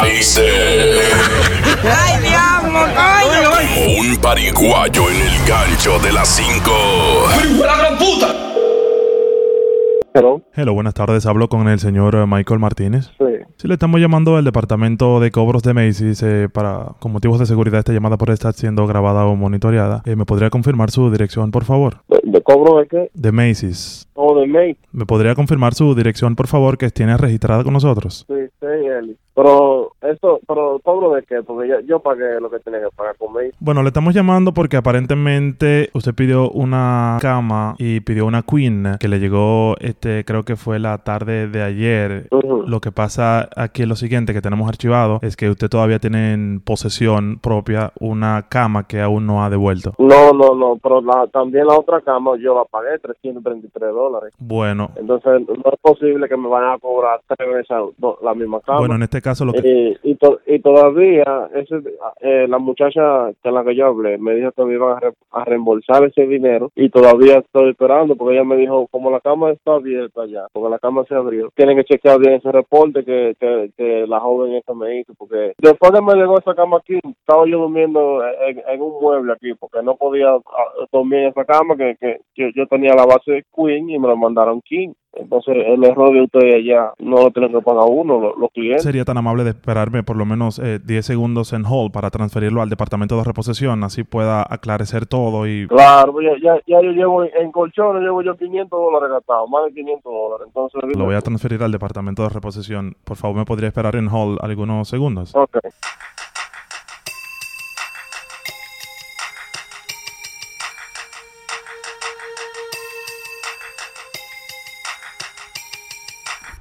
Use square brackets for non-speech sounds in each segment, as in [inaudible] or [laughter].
caíste. ¡Ay, diablo, coño! Un pariguayo en el gancho de las 5. Pero, Hello, buenas tardes. Hablo con el señor eh, Michael Martínez. sí, Sí, le estamos llamando al departamento de cobros de Macy's eh, para, con motivos de seguridad, esta llamada puede estar siendo grabada o monitoreada. Eh, ¿Me podría confirmar su dirección, por favor? ¿de, de cobro de qué? De Macy's. No, de May, ¿Me podría confirmar su dirección, por favor, que tiene registrada con nosotros? sí, sí, Eli. Pero, eso, pero, ¿cobro de qué? Porque yo, yo pagué lo que tenía que pagar con May. Bueno, le estamos llamando porque aparentemente usted pidió una cama y pidió una queen que le llegó, este, creo que fue la tarde de ayer. Ujú. Lo que pasa aquí es lo siguiente que tenemos archivado, es que usted todavía tiene en posesión propia una cama que aún no ha devuelto. No, no, no, pero la, también la otra cama yo la pagué 333 dólares. Bueno, Entonces, no es posible que me vayan a cobrar tres veces do- la misma cama. bueno, en este caso lo que... Eh, y, to- y todavía ese, eh, la muchacha con la que yo hablé me dijo que me iban a, re- a reembolsar ese dinero y todavía estoy esperando porque ella me dijo como la cama está abierta ya porque la cama se abrió tienen que chequear bien ese reporte que, que, que la joven esta me hizo porque después de me llegó esa cama aquí estaba yo durmiendo en, en un mueble aquí porque no podía ah, dormir en esa cama que, que, que yo tenía la base de Queen y me la mandaron King entonces el error de ustedes allá no lo tienen que pagar uno los, los clientes Sería tan amable de esperarme por lo menos eh, 10 segundos en hold para transferirlo al departamento de reposición, así pueda aclarecer todo y Claro, pues ya, ya, ya yo llevo en colchones, llevo yo 500 dólares gastados, más de 500 dólares. Entonces, Lo voy a transferir al departamento de reposición. Por favor, ¿me podría esperar en hall algunos segundos? Ok.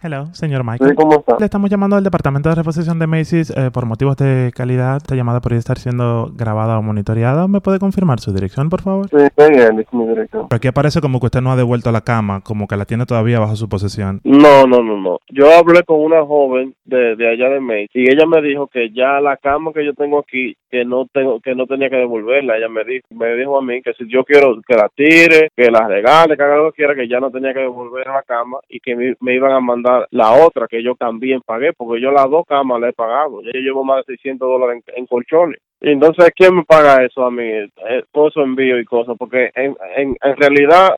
Hello, señor Sí, Michael. ¿Cómo está? Le estamos llamando al departamento de reposición de Macy's eh, por motivos de calidad. Esta llamada podría estar siendo grabada o monitoreada. ¿Me puede confirmar su dirección, por favor? Sí, está bien, es mi dirección. Pero aquí aparece como que usted no ha devuelto la cama, como que la tiene todavía bajo su posesión. No, no, no, no. Yo hablé con una joven de, de allá de Mace y ella me dijo que ya la cama que yo tengo aquí, que no tengo, que no tenía que devolverla. Ella me dijo, me dijo a mí que si yo quiero que la tire, que la regale, que haga lo que quiera, que ya no tenía que devolver la cama y que me, me iban a mandar la otra que yo también pagué, porque yo las dos camas las he pagado. Ya yo llevo más de 600 dólares en- en colchones. Y Entonces, ¿quién me paga eso a mí? Eh, Todo eso envío y cosas, porque en, en, en realidad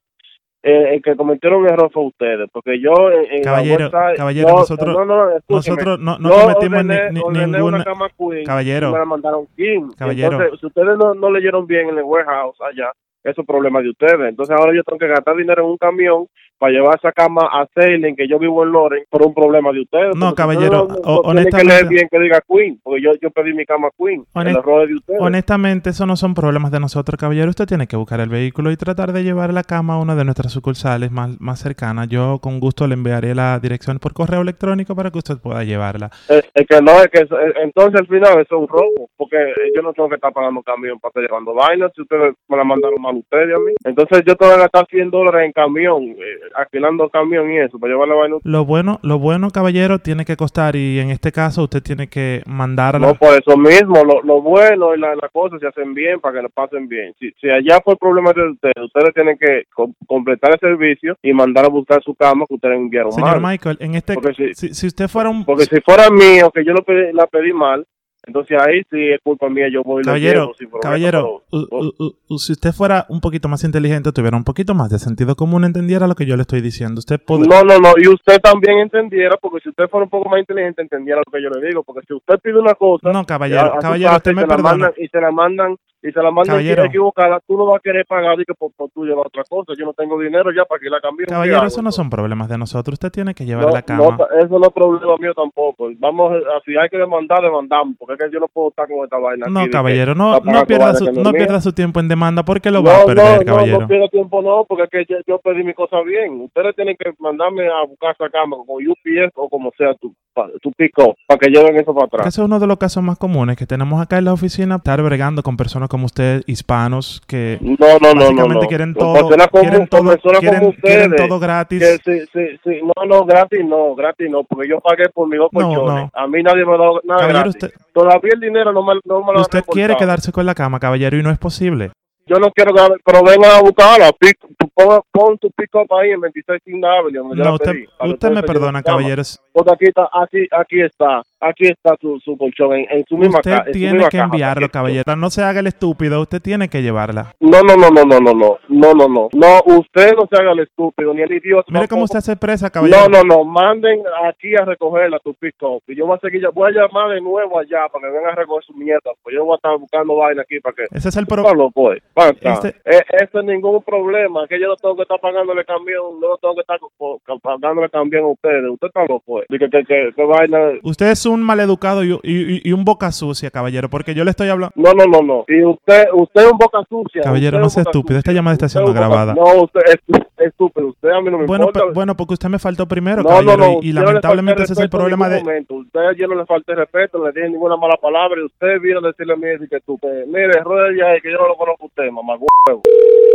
eh, el que cometieron un error fue ustedes, porque yo en, en la Caballero, website- caballero, yo- nosotros- no, no, escúcheme. Nosotros no, no Yo cometimos ni- ordené- ni- ordené ningún... una cama queen Caballero. y me la mandaron king. Caballero. Entonces, si ustedes no, no leyeron bien en el warehouse allá, eso es problema de ustedes. Entonces ahora yo tengo que gastar dinero en un camión para llevar esa cama a Salem, que yo vivo en Loren, por un problema de ustedes. No, Porque ustedes no- caballero, no o- tienen que leer honestamente- bien que diga queen, porque yo, yo pedí mi cama queen. Honest- el error es de ustedes. Honestamente, eso no son problemas de nosotros, caballero. Usted tiene que buscar el vehículo y tratar de llevar la cama a una de nuestras sucursales más, más cercanas. Yo con gusto le enviaré la dirección por correo electrónico para que usted pueda llevarla. Es, Eh, es que no, es que eso- eh, entonces al final eso es un robo, porque eh, yo no tengo que estar pagando camión para estar llevando vainas, si ustedes me la mandaron mal ustedes a mí. Entonces yo tengo que gastar 100 dólares en camión, eh, alquilando camión y eso, para llevar la vaina. a ustedes. Lo bueno, lo bueno, caballero, tiene que costar y en este caso usted tiene que mandar a la... No, por eso mismo, lo, lo bueno y la- las cosas se hacen bien para que lo pasen bien. Si, si allá fue el problema de ustedes, ustedes tienen que com- completar el servicio y mandar a buscar su cama que ustedes enviaron Señor mal. Michael, en este Porque si- si, si usted fuera un Porque si fuera mío, que yo lo pedí- la pedí mal, entonces ahí sí es culpa mía, yo voy y lo caballero, llevo sin problema, caballero, pero- u- u- u- si usted fuera un poquito más inteligente, tuviera un poquito más de sentido común, entendiera lo que yo le estoy diciendo. Usted podría No, no, no, y usted también entendiera, porque si usted fuera un poco más inteligente, entendiera lo que yo le digo, porque si usted pide una cosa, No, ya a caballero, su caballero, casa usted y me se la perdona. mandan- y se la mandan, y se la mandan Caballero. equivocada, tú no vas a querer pagar y que por, por tú llevar otra cosa, yo no tengo dinero ya para que la cambie. ¿qué Caballero, hago, eso no entonces? son problemas de nosotros. Usted tiene que llevar No, la cama. no, eso no es problema mío tampoco. Vamos, a- si hay que demandar, demandamos, porque es que yo no puedo estar con esta vaina. aquí No, de que caballero, está no, no, pagando pierda vaina su, que es no mía. pierda su tiempo en demanda porque lo va a perder, caballero. No, no pierdo tiempo, no, porque es que yo, yo pedí mi cosa bien. Ustedes tienen que mandarme a buscar esa cama con UPS o como sea tu, pa- tu pico para que lleven eso para Porque atrás. ese es uno de los casos más comunes que tenemos acá en la oficina, estar bregando con personas como usted, hispanos, que No, no, no, no. básicamente no. quieren Con todo, personas como- quieren con todo, personas como quieren, quieren ustedes, todo gratis. que sí, sí, sí. No, no, gratis no, gratis no, porque yo pagué por mis dos No, colchones. no. A mí nadie me ha dado nada Caballero, gratis. usted- Todavía el dinero no me, no me lo han Usted quiere reembolsado. quedarse con la cama, caballero, y no es posible. Yo no quiero que pero vengan a buscarla, pico, tú pon, pon tu pick-up ahí en 26 King Avenue. donde yo No, la usted, pedí, para usted me entonces yo perdona, la llamo. caballeros. Porque aquí está, aquí, aquí está, aquí está su, su colchón en, en su misma Usted ca- en su tiene misma que caja. enviarlo, caballero. No se haga el estúpido, usted tiene que llevarla. No, no, no, no, no, no, no, no, no, no, no, usted no se haga el estúpido ni el idiota. Mire cómo usted tampoco. se expresa, No, caballero. no, no, manden aquí a recogerla tu pick-up y yo voy a seguir, yo voy a llamar de nuevo allá para que vengan a recoger su mierda, pues yo no voy a estar buscando vaina aquí para que Ese es el pro- Pablo, pues, basta. Este- Eh, eso es ningún problema, que yo no tengo que estar pagándole camión, no tengo que estar co- co- pagándole camión a ustedes. Usted está loco, eh. Y Que, que, que, que vaina. Usted es un maleducado y, y- y un boca sucia, caballero, porque yo le estoy hablando. No, no, no, no. Y usted, usted es un boca sucia. Caballero, usted no es un sea boca estúpido, esta sucia. llamada Usted está es siendo un boca- grabada. No, usted es es estúpido, usted a mí no me Bueno, importa. pe- bueno, porque usted me faltó primero, No, no, caballero, no. y, y usted no le lamentablemente falté ese es el respeto en problema ningún de... momento. Usted yo no le falté respeto, no le dije ninguna mala palabra y usted vino a decirle a mí que tú, que, mire, ruede ya, que yo no lo conozco a usted, mamá. huevo.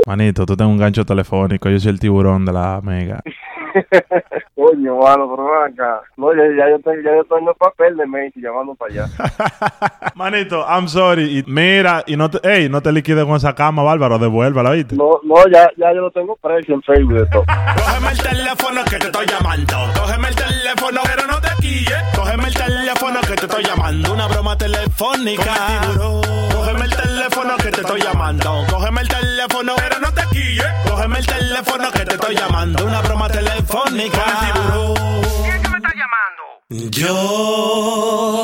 Manito, tú tienes un gancho telefónico, yo soy el tiburón de la mega. [laughs] Coño, mano, pero ven acá. No, ya, ya yo tengo, ya yo tengo el papel de Messi llamando para allá. [laughs] Manito, I'm sorry. Y mira, y no te, ey, no te liquides con esa cama, Bárbaro, devuélvala, ¿viste? No, no, ya, ya yo no tengo precio en Facebook de todo. Cógeme el teléfono que te estoy llamando. Cógeme el teléfono, pero no te quille. Cógeme el teléfono que te estoy llamando. Una broma telefónica. Cógeme el teléfono que te estoy llamando. Cógeme el teléfono, pero no te quille. Cógeme el teléfono que te estoy llamando. Una broma telefónica. ¿Quién que me está llamando? Yo